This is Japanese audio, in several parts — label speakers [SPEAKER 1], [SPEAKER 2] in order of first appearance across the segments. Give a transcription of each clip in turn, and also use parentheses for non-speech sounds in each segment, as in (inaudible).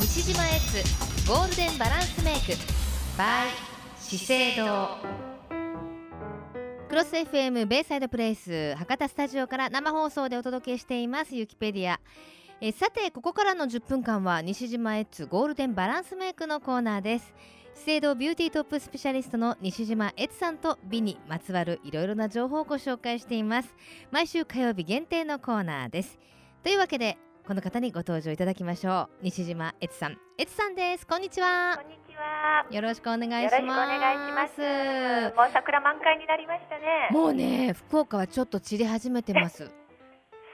[SPEAKER 1] 西島エッツゴールデンバランスメイク by 資生堂クロス FM ベイサイドプレイス博多スタジオから生放送でお届けしていますユキペディアえーさてここからの10分間は西島エッツゴールデンバランスメイクのコーナーです資生堂ビューティートップスペシャリストの西島エツさんと美にまつわるいろいろな情報をご紹介しています毎週火曜日限定のコーナーですというわけでこの方にご登場いただきましょう西島エツさんエツさんですこんにちは
[SPEAKER 2] こんにちは。
[SPEAKER 1] よろしくお願い
[SPEAKER 2] よ
[SPEAKER 1] し
[SPEAKER 2] ろしくお
[SPEAKER 1] ます
[SPEAKER 2] 願いします。もう桜満開になりましたね。
[SPEAKER 1] もうね福岡はちょっと散り始めてますそ
[SPEAKER 2] (laughs)
[SPEAKER 1] う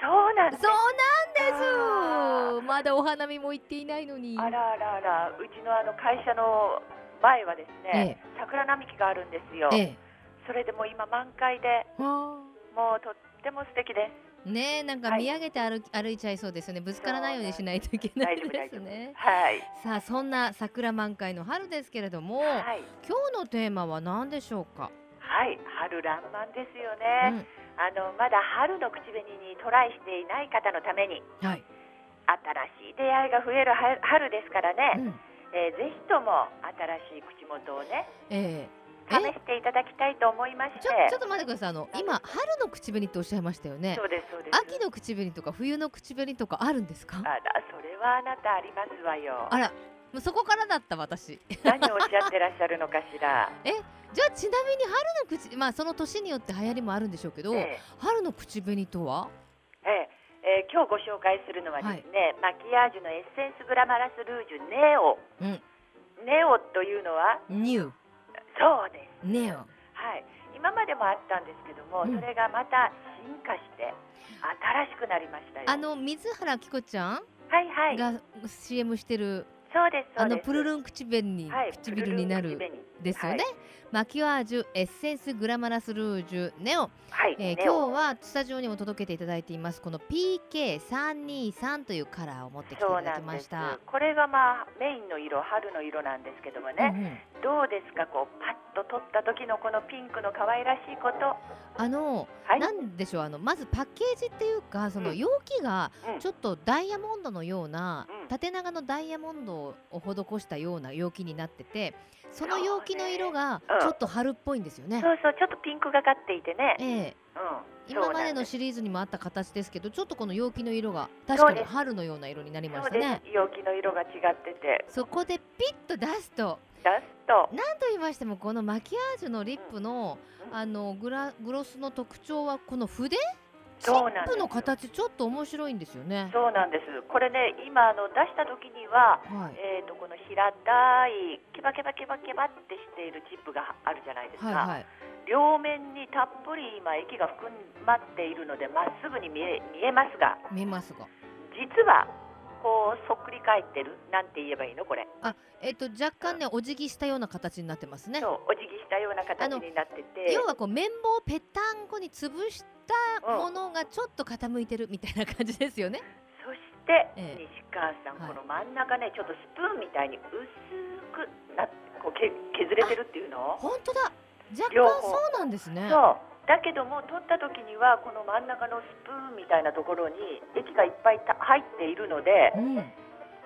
[SPEAKER 2] そうなんです。
[SPEAKER 1] なんですまだお花見も行っていないのに
[SPEAKER 2] あらあらあら、うちのあの会社の前はですね、
[SPEAKER 1] え
[SPEAKER 2] 桜並木があるんですよ
[SPEAKER 1] え。え
[SPEAKER 2] それでもう今満開で、
[SPEAKER 1] え
[SPEAKER 2] もうとっても素敵で
[SPEAKER 1] ねえなんか見上げて歩,、歩いちゃいそうですよねぶつからないようにしないといけ
[SPEAKER 2] す。
[SPEAKER 1] な
[SPEAKER 2] 大
[SPEAKER 1] い
[SPEAKER 2] 丈夫大
[SPEAKER 1] です
[SPEAKER 2] 丈夫。
[SPEAKER 1] ね
[SPEAKER 2] はい。
[SPEAKER 1] さあそんな桜満開の春ですけれども、
[SPEAKER 2] はい。
[SPEAKER 1] 今日のテーマは何でしょうか、
[SPEAKER 2] はい、春爛漫ですよね、あのまだ春の口紅にトライしていない方のために
[SPEAKER 1] うんはい、
[SPEAKER 2] 新しい出会いが増えるは春ですから
[SPEAKER 1] う
[SPEAKER 2] ね、
[SPEAKER 1] ん、
[SPEAKER 2] えーぜひとも新しい口元をね
[SPEAKER 1] ええ
[SPEAKER 2] 試していただきたいと思いまして
[SPEAKER 1] ちょちょっと待ってくださいあの今春の口紅っておっしゃいましたよね
[SPEAKER 2] そうですそうです
[SPEAKER 1] 秋の口紅とか冬の口紅とかあるんですか
[SPEAKER 2] あらそれはあなたありますわよ
[SPEAKER 1] あらもうそこからだった私
[SPEAKER 2] 何をおっしゃってらっしゃるのかしら、
[SPEAKER 1] じゃあちなみに春の口まあその年によって流行りもあるんでしょうけど、
[SPEAKER 2] え
[SPEAKER 1] 春の口紅とは
[SPEAKER 2] ええええー今日ご紹介するのはですね、マキアージュのエッセンスグラマラスルージュネオ、
[SPEAKER 1] うん
[SPEAKER 2] ネオというのは
[SPEAKER 1] ニュー
[SPEAKER 2] そうです
[SPEAKER 1] ネオ
[SPEAKER 2] はい、今までもあったんですけども、
[SPEAKER 1] うん
[SPEAKER 2] それがまた進化して新しくなりましたよ。
[SPEAKER 1] あの水原希子ちゃん
[SPEAKER 2] はいはい、
[SPEAKER 1] が CM してる、
[SPEAKER 2] そうですそ
[SPEAKER 1] あ
[SPEAKER 2] う
[SPEAKER 1] の
[SPEAKER 2] です。
[SPEAKER 1] プルル
[SPEAKER 2] ン
[SPEAKER 1] ン口紅に、
[SPEAKER 2] はい、
[SPEAKER 1] 唇になる
[SPEAKER 2] プルルン口紅
[SPEAKER 1] ですよね、マキュアージュエッセンスグラマラスルージュネオ、
[SPEAKER 2] はい、
[SPEAKER 1] えー
[SPEAKER 2] ネ
[SPEAKER 1] 今
[SPEAKER 2] オ
[SPEAKER 1] 日はスタジオにも届けていただいていますこの PK323 というカラーを持ってきてい
[SPEAKER 2] そ
[SPEAKER 1] た
[SPEAKER 2] う
[SPEAKER 1] だ
[SPEAKER 2] な
[SPEAKER 1] き
[SPEAKER 2] ん
[SPEAKER 1] ま
[SPEAKER 2] で
[SPEAKER 1] し
[SPEAKER 2] す
[SPEAKER 1] た。
[SPEAKER 2] これがまあメインの色、春の色なんですけども
[SPEAKER 1] う
[SPEAKER 2] ね、
[SPEAKER 1] んうん
[SPEAKER 2] どうですかこうパッと取った時のこのピンクの可愛らしいこと。
[SPEAKER 1] あの
[SPEAKER 2] はい。
[SPEAKER 1] なんでしょうあのまずパッケージっていうかその
[SPEAKER 2] うん
[SPEAKER 1] 容器が
[SPEAKER 2] うん
[SPEAKER 1] ちょっとダイヤモンドのような、
[SPEAKER 2] うん
[SPEAKER 1] 縦長のダイヤモンドを施したような容器になっててその
[SPEAKER 2] そうね
[SPEAKER 1] 容器の色が
[SPEAKER 2] うん
[SPEAKER 1] ちょっと春っぽいんですよね。
[SPEAKER 2] そうそう、ちょっとピンクがかっていてね。
[SPEAKER 1] ええ
[SPEAKER 2] うん。
[SPEAKER 1] 今までの
[SPEAKER 2] そう
[SPEAKER 1] シリーズにもあった形ですけどちょっとこの容器の色が確か
[SPEAKER 2] そう
[SPEAKER 1] に
[SPEAKER 2] です
[SPEAKER 1] 春のような色になりま
[SPEAKER 2] なん
[SPEAKER 1] し
[SPEAKER 2] です
[SPEAKER 1] たね
[SPEAKER 2] そうです。容器の色が違ってて、
[SPEAKER 1] そこでピッと出すと
[SPEAKER 2] 出すと、
[SPEAKER 1] 何と言いましてもこのマキアージュのリップの
[SPEAKER 2] うん
[SPEAKER 1] あのグラグロスの特徴はこの筆チ
[SPEAKER 2] そうな
[SPEAKER 1] ッ
[SPEAKER 2] んです
[SPEAKER 1] プの形ちょっと面白いんですよね。
[SPEAKER 2] そうなんです。これね、今あの出した時には、
[SPEAKER 1] はい
[SPEAKER 2] えー、とこの平たいケバケバケバケバってしているチップがあるじゃないですか、
[SPEAKER 1] はいはい
[SPEAKER 2] 両面にたっぷり今液が含まっているのでまっすぐに見え見えますが
[SPEAKER 1] 見えますが
[SPEAKER 2] 実はこうそっくり返ってるなんて言えばいいのこれ
[SPEAKER 1] えっと若干ねお辞儀したような形になってますね
[SPEAKER 2] そうお辞儀したような形になってて
[SPEAKER 1] 要はこう綿棒をぺったんこに潰したものがちょっと傾いてるみたいな感じですよね、
[SPEAKER 2] (laughs) そして、
[SPEAKER 1] ええ
[SPEAKER 2] 西川さん、
[SPEAKER 1] はい
[SPEAKER 2] この真ん中ねちょっとスプーンみたいに薄くなこうけ削れてるっていうの
[SPEAKER 1] 本当だ若
[SPEAKER 2] 両
[SPEAKER 1] 干
[SPEAKER 2] 方
[SPEAKER 1] そうなんですね
[SPEAKER 2] そうだけども取った時にはこの真ん中のスプーンみたいなところに液がいっぱいた入っているので
[SPEAKER 1] うん、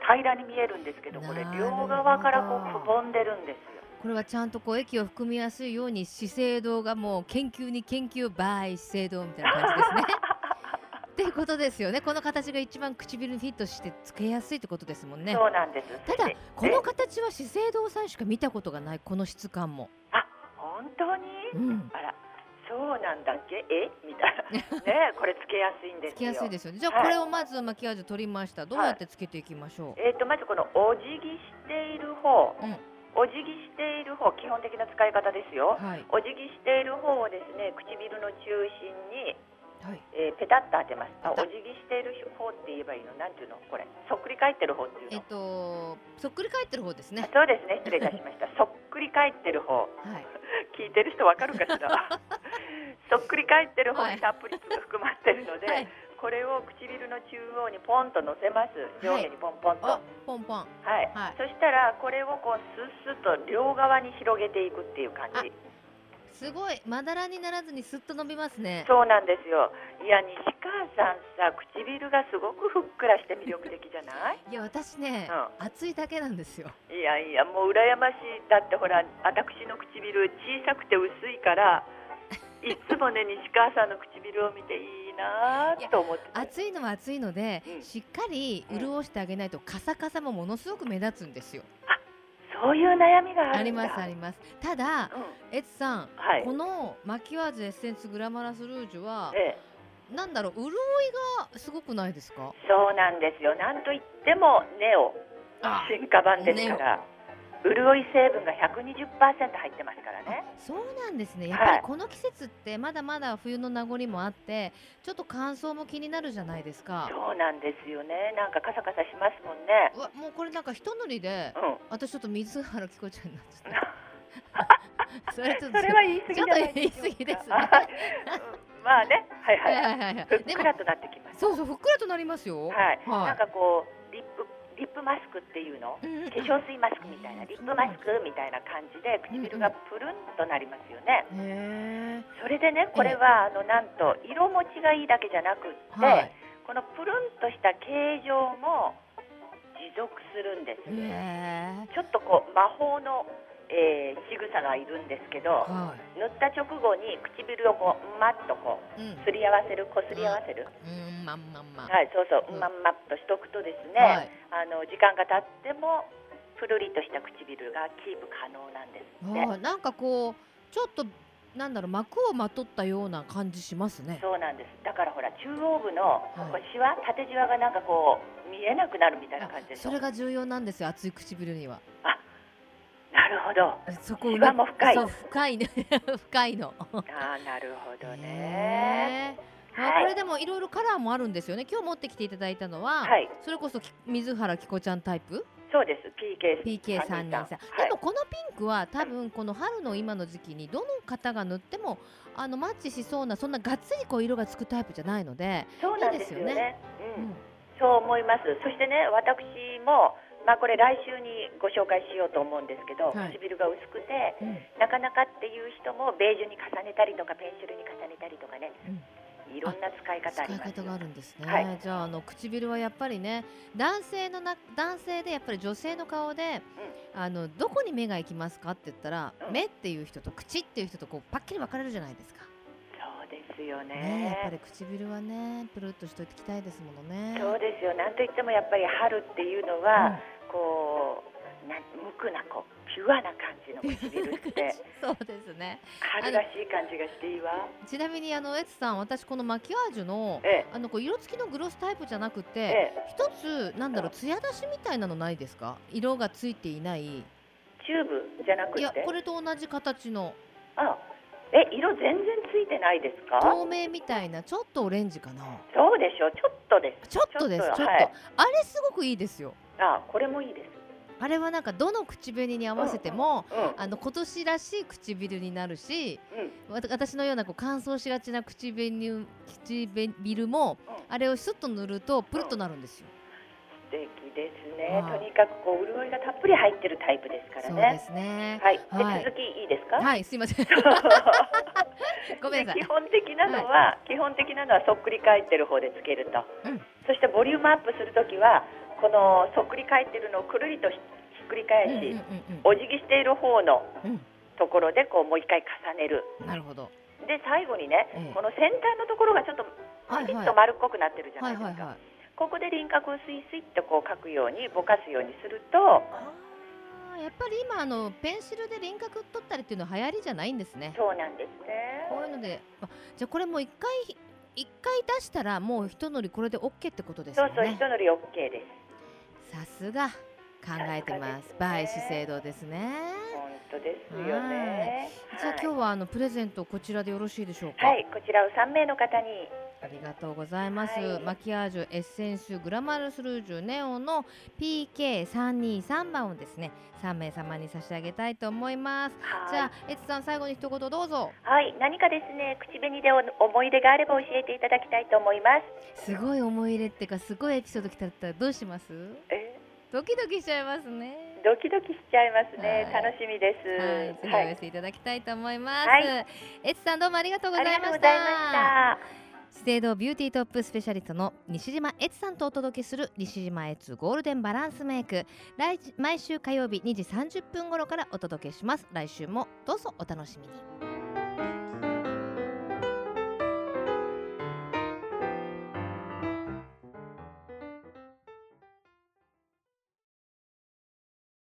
[SPEAKER 2] 平らに見えるんですけどこれ
[SPEAKER 1] なるほど
[SPEAKER 2] 両側からこうくぼんでるんですよ。
[SPEAKER 1] これはちゃんとこう液を含みやすいように資生堂がもう研究に研究バイ資生堂みたいな感じ
[SPEAKER 2] (laughs)
[SPEAKER 1] ですねっていうことですよねこの形が一番唇にフィットしてつけやすいってことですもんね
[SPEAKER 2] そうなんです
[SPEAKER 1] ただ
[SPEAKER 2] で
[SPEAKER 1] この形は資生堂さんしか見たことがないこの質感も、
[SPEAKER 2] あ本当に、
[SPEAKER 1] うん、
[SPEAKER 2] あらそうなんだっけえみたい
[SPEAKER 1] (laughs)
[SPEAKER 2] なねこれつけやすいんですよ。
[SPEAKER 1] つけやすいですよね。じゃ
[SPEAKER 2] は
[SPEAKER 1] あ
[SPEAKER 2] い
[SPEAKER 1] これをまずマキアージュ取りました。どうやってつけていきましょう。
[SPEAKER 2] えー、とまずこのお辞儀している方、
[SPEAKER 1] うん
[SPEAKER 2] お辞儀している方基本的な使い方ですよ。
[SPEAKER 1] はい
[SPEAKER 2] お辞儀している方をですね唇の中心に
[SPEAKER 1] はい。
[SPEAKER 2] えー、ペタッと当てます。あ、
[SPEAKER 1] ペタ
[SPEAKER 2] お辞儀している方って言えばいいの、なんていうの、これ、そっくり返ってる方っていう
[SPEAKER 1] えっ
[SPEAKER 2] の。
[SPEAKER 1] とそっくり返ってる方ですね。
[SPEAKER 2] そうですね、失礼いたしました。そっくり返ってる方、
[SPEAKER 1] はい。
[SPEAKER 2] 聞いてる人わかるかし
[SPEAKER 1] (laughs)
[SPEAKER 2] ら。そっくり返ってる方
[SPEAKER 1] はい
[SPEAKER 2] にたっぷり粒が含まってるので、
[SPEAKER 1] はい。
[SPEAKER 2] これを唇の中央にポンと乗せます。上下にポンポンと。は
[SPEAKER 1] あポンポン。
[SPEAKER 2] い。
[SPEAKER 1] はい
[SPEAKER 2] そしたらこれをこうスッスッと両側に広げていくっていう感じ。
[SPEAKER 1] すごいまだらにならずにすっと伸びますね
[SPEAKER 2] そうなんですよいや西川さんさ唇がすごくふっくらして魅力的じゃない
[SPEAKER 1] いや私ね、暑いだけなんですよ
[SPEAKER 2] いやいやもう羨ましいだってほら私の唇小さくて薄い
[SPEAKER 1] (laughs)
[SPEAKER 2] からいつもね西川さんの唇を見ていいなと思って
[SPEAKER 1] 暑いのは暑いので、
[SPEAKER 2] うん
[SPEAKER 1] しっかり潤してあげないとカサカサもものすごく目立つんですよ
[SPEAKER 2] そういう悩みがあるんだ
[SPEAKER 1] ありますありますただ
[SPEAKER 2] うん
[SPEAKER 1] エツさん
[SPEAKER 2] はい
[SPEAKER 1] このマキワーズエッセンスグラマラスルージュは
[SPEAKER 2] ええ
[SPEAKER 1] なんだろう潤いがすごくないですか
[SPEAKER 2] そうなんですよなんといってもネオ
[SPEAKER 1] あ
[SPEAKER 2] 進化版ですから潤い成分が120%入ってますからね
[SPEAKER 1] そうなんですねやっぱ
[SPEAKER 2] は
[SPEAKER 1] り
[SPEAKER 2] い
[SPEAKER 1] この季節ってまだまだ冬の名残もあってちょっと乾燥も気になるじゃないですか
[SPEAKER 2] そうなんですよねなんかカサカサしますもんね
[SPEAKER 1] うわもうこれなんか一塗りで
[SPEAKER 2] うん
[SPEAKER 1] 私ちょっと水原希子ちゃんになっちゃ
[SPEAKER 2] (laughs)
[SPEAKER 1] ったそれちょっと
[SPEAKER 2] それは言い過ぎじゃないでしょうか
[SPEAKER 1] ちょっと言い過ぎですね
[SPEAKER 2] うんまあねはい
[SPEAKER 1] はい
[SPEAKER 2] はい
[SPEAKER 1] はいはいはい
[SPEAKER 2] ふっ
[SPEAKER 1] で
[SPEAKER 2] く
[SPEAKER 1] も
[SPEAKER 2] らとなってきます
[SPEAKER 1] そうそうふっくらとなりますよ
[SPEAKER 2] はい、
[SPEAKER 1] はい
[SPEAKER 2] なんかこうリップリップマスクっていうの
[SPEAKER 1] うんうん
[SPEAKER 2] 化粧水マスクみたいなリップマスクみたいな感じで唇がプルンとなりますよね
[SPEAKER 1] へ
[SPEAKER 2] それでねこれはあのなんと色持ちがいいだけじゃなくって、
[SPEAKER 1] ーはい
[SPEAKER 2] このプルンとした形状も持続するんです、
[SPEAKER 1] へ
[SPEAKER 2] ちょっとこう魔法の、えー、仕草がいるんですけ
[SPEAKER 1] ー
[SPEAKER 2] ど
[SPEAKER 1] は
[SPEAKER 2] 塗った直後に唇をこうまっとこう
[SPEAKER 1] いうん
[SPEAKER 2] すり合わせるこすり合わせる、
[SPEAKER 1] うんまんまんまん
[SPEAKER 2] はいそうそう
[SPEAKER 1] うん
[SPEAKER 2] まんまっとしとくとですね、
[SPEAKER 1] はい
[SPEAKER 2] あの時間が経ってもプルリとした唇がキープ可能なんですって、
[SPEAKER 1] はいなんかこうちょっとなんだろう膜をまとったような感じしますね
[SPEAKER 2] そうなんですだからほら中央部の
[SPEAKER 1] はい
[SPEAKER 2] こうシワ、縦じわがなんかこう見えなくなるみたいな
[SPEAKER 1] あ
[SPEAKER 2] 感じでし
[SPEAKER 1] そ
[SPEAKER 2] ょ
[SPEAKER 1] れが重要なんですよ厚い唇には
[SPEAKER 2] なるほど
[SPEAKER 1] そこを
[SPEAKER 2] シワも深い
[SPEAKER 1] そう深いね (laughs) 深いの
[SPEAKER 2] あーなるほどね
[SPEAKER 1] ねえ
[SPEAKER 2] は
[SPEAKER 1] あ
[SPEAKER 2] い
[SPEAKER 1] これでもいろいろカラーもあるんですよね今日持ってきていただいたのは、
[SPEAKER 2] はい
[SPEAKER 1] それこそき水原希子ちゃんタイプ
[SPEAKER 2] そうです PK 三
[SPEAKER 1] PK3 人さん、
[SPEAKER 2] はい
[SPEAKER 1] でもこのピンクは多分この春の今の時期にどの方が塗ってもあのマッチしそうなそんながっつりこう色がつくタイプじゃないので、
[SPEAKER 2] そうなんですよ
[SPEAKER 1] いい
[SPEAKER 2] ね
[SPEAKER 1] う
[SPEAKER 2] うんん、そう思いますそしてね私もまあこれ来週にご紹介しようと思うんですけど、
[SPEAKER 1] はい
[SPEAKER 2] 唇が薄くて
[SPEAKER 1] うん
[SPEAKER 2] なかなかっていう人もベージュに重ねたりとかペンシルに重ねたりとかね、いろんな使い方
[SPEAKER 1] 使
[SPEAKER 2] あり
[SPEAKER 1] い
[SPEAKER 2] ます
[SPEAKER 1] 方
[SPEAKER 2] よ
[SPEAKER 1] があるんですね、
[SPEAKER 2] はい
[SPEAKER 1] じゃああの唇はやっぱりね男性のな男性でやっぱり女性の顔で、あのどこに目が行きますかって言ったら、
[SPEAKER 2] うん
[SPEAKER 1] 目っていう人と口っていう人とこうパッキリ分かれるじゃないですか、
[SPEAKER 2] そうですよね
[SPEAKER 1] ねえやっぱり唇はねプルっとしといてきたいですものね
[SPEAKER 2] そうですよなんといってもやっぱり春っていうのは、こうな無垢なこうピュアな感じの唇っ
[SPEAKER 1] (laughs)
[SPEAKER 2] て
[SPEAKER 1] そうですね
[SPEAKER 2] 春らしい感じがしていいわ
[SPEAKER 1] ちなみにあのエツさん私このマキアージュの
[SPEAKER 2] え
[SPEAKER 1] あのこう色付きのグロスタイプじゃなく
[SPEAKER 2] え
[SPEAKER 1] て、
[SPEAKER 2] ええ
[SPEAKER 1] 一つなんだろう艶出しみたいなのないですか色がついていない
[SPEAKER 2] チューブじゃなく
[SPEAKER 1] いや
[SPEAKER 2] て
[SPEAKER 1] これと同じ形の
[SPEAKER 2] あえ色全然ついてないですか
[SPEAKER 1] 透明みたいなちょっとオレンジかな
[SPEAKER 2] そうでしょちょっとです
[SPEAKER 1] ちょっとですちょっと
[SPEAKER 2] はい
[SPEAKER 1] あれすごくいいですよ
[SPEAKER 2] あこれもいいです
[SPEAKER 1] あれはなんかどの口紅に合わせても、
[SPEAKER 2] うんうん
[SPEAKER 1] あの今年らしい唇になるし
[SPEAKER 2] うん
[SPEAKER 1] わた私のようなこう乾燥しがちな口紅唇も
[SPEAKER 2] うん
[SPEAKER 1] あれをスッと塗るとプルッとなるんですよ、
[SPEAKER 2] 素敵ですね
[SPEAKER 1] はい
[SPEAKER 2] とにかくこう潤いがたっぷり入ってるタイプですから
[SPEAKER 1] そうで
[SPEAKER 2] ね
[SPEAKER 1] すね
[SPEAKER 2] はい
[SPEAKER 1] はい
[SPEAKER 2] で続きいいですか、 (laughs)
[SPEAKER 1] はいすいませんごめんなさ
[SPEAKER 2] で
[SPEAKER 1] い
[SPEAKER 2] 基本的なのは、基本的なのはそっくり返ってる方でつけると、
[SPEAKER 1] うん
[SPEAKER 2] そしてボリュームアップするときはこのそっくり返ってるのをくるりとひひっくり返
[SPEAKER 1] うんうん
[SPEAKER 2] し、
[SPEAKER 1] うん
[SPEAKER 2] お辞儀している方の
[SPEAKER 1] うん
[SPEAKER 2] ところでこうもう一回重ねる
[SPEAKER 1] うんなるほど
[SPEAKER 2] で最後にね、
[SPEAKER 1] ええ
[SPEAKER 2] この先端のところがちょっと
[SPEAKER 1] はい
[SPEAKER 2] ピ
[SPEAKER 1] は
[SPEAKER 2] ッ
[SPEAKER 1] い
[SPEAKER 2] と丸っこくなってるじゃ
[SPEAKER 1] はい
[SPEAKER 2] ないです
[SPEAKER 1] はいは
[SPEAKER 2] か、
[SPEAKER 1] い
[SPEAKER 2] ここで輪郭をスイスイっとこう描くようにぼかすようにすると
[SPEAKER 1] あーやっぱり今あのペンシルで輪郭取ったりっていうのは流行りじゃないんですね
[SPEAKER 2] そうなんですね
[SPEAKER 1] こういうので、あじゃあこれもう一回一回出したらもう一乗りこれでオッケーってことです
[SPEAKER 2] そ
[SPEAKER 1] よ
[SPEAKER 2] うそう
[SPEAKER 1] ね
[SPEAKER 2] 一。塗り OK です
[SPEAKER 1] さすが考えてます。バ
[SPEAKER 2] さ
[SPEAKER 1] イ資
[SPEAKER 2] すがですね
[SPEAKER 1] 生堂ですね。
[SPEAKER 2] 本当ですよね
[SPEAKER 1] じゃあ
[SPEAKER 2] はい
[SPEAKER 1] 今日はあのプレゼントこちらでよろしいでしょうか。
[SPEAKER 2] はい、こちらを3名の方に、
[SPEAKER 1] ありがとうございます。
[SPEAKER 2] はい
[SPEAKER 1] マキアージュエッセンスグラマルスルージュネオの PK323 番をですね3名様に差し上げたいと思います。
[SPEAKER 2] はい、
[SPEAKER 1] じゃあエツさん最後に一言どうぞ。
[SPEAKER 2] はい、何かですね、口紅でお思い出があれば教えていただきたいと思います。
[SPEAKER 1] すごい思い入れっていうかすごいエピソード来たったらどうします？
[SPEAKER 2] え
[SPEAKER 1] ドキドキしちゃいますね。
[SPEAKER 2] ドキドキしちゃいますね。
[SPEAKER 1] はい
[SPEAKER 2] 楽しみです。
[SPEAKER 1] はい、ぜひお
[SPEAKER 2] はい
[SPEAKER 1] 寄せいただきたいと思います。
[SPEAKER 2] はい
[SPEAKER 1] エツさんどうもありがとうご
[SPEAKER 2] あり
[SPEAKER 1] ざい
[SPEAKER 2] が
[SPEAKER 1] ま
[SPEAKER 2] とう
[SPEAKER 1] し
[SPEAKER 2] ご
[SPEAKER 1] た
[SPEAKER 2] ざいま。した。
[SPEAKER 1] 資生堂ビューティートップスペシャリストの西島悦さんとお届けする西島悦ゴールデンバランスメイク来毎週火曜日2時30分頃からお届けします来週もどうぞお楽しみに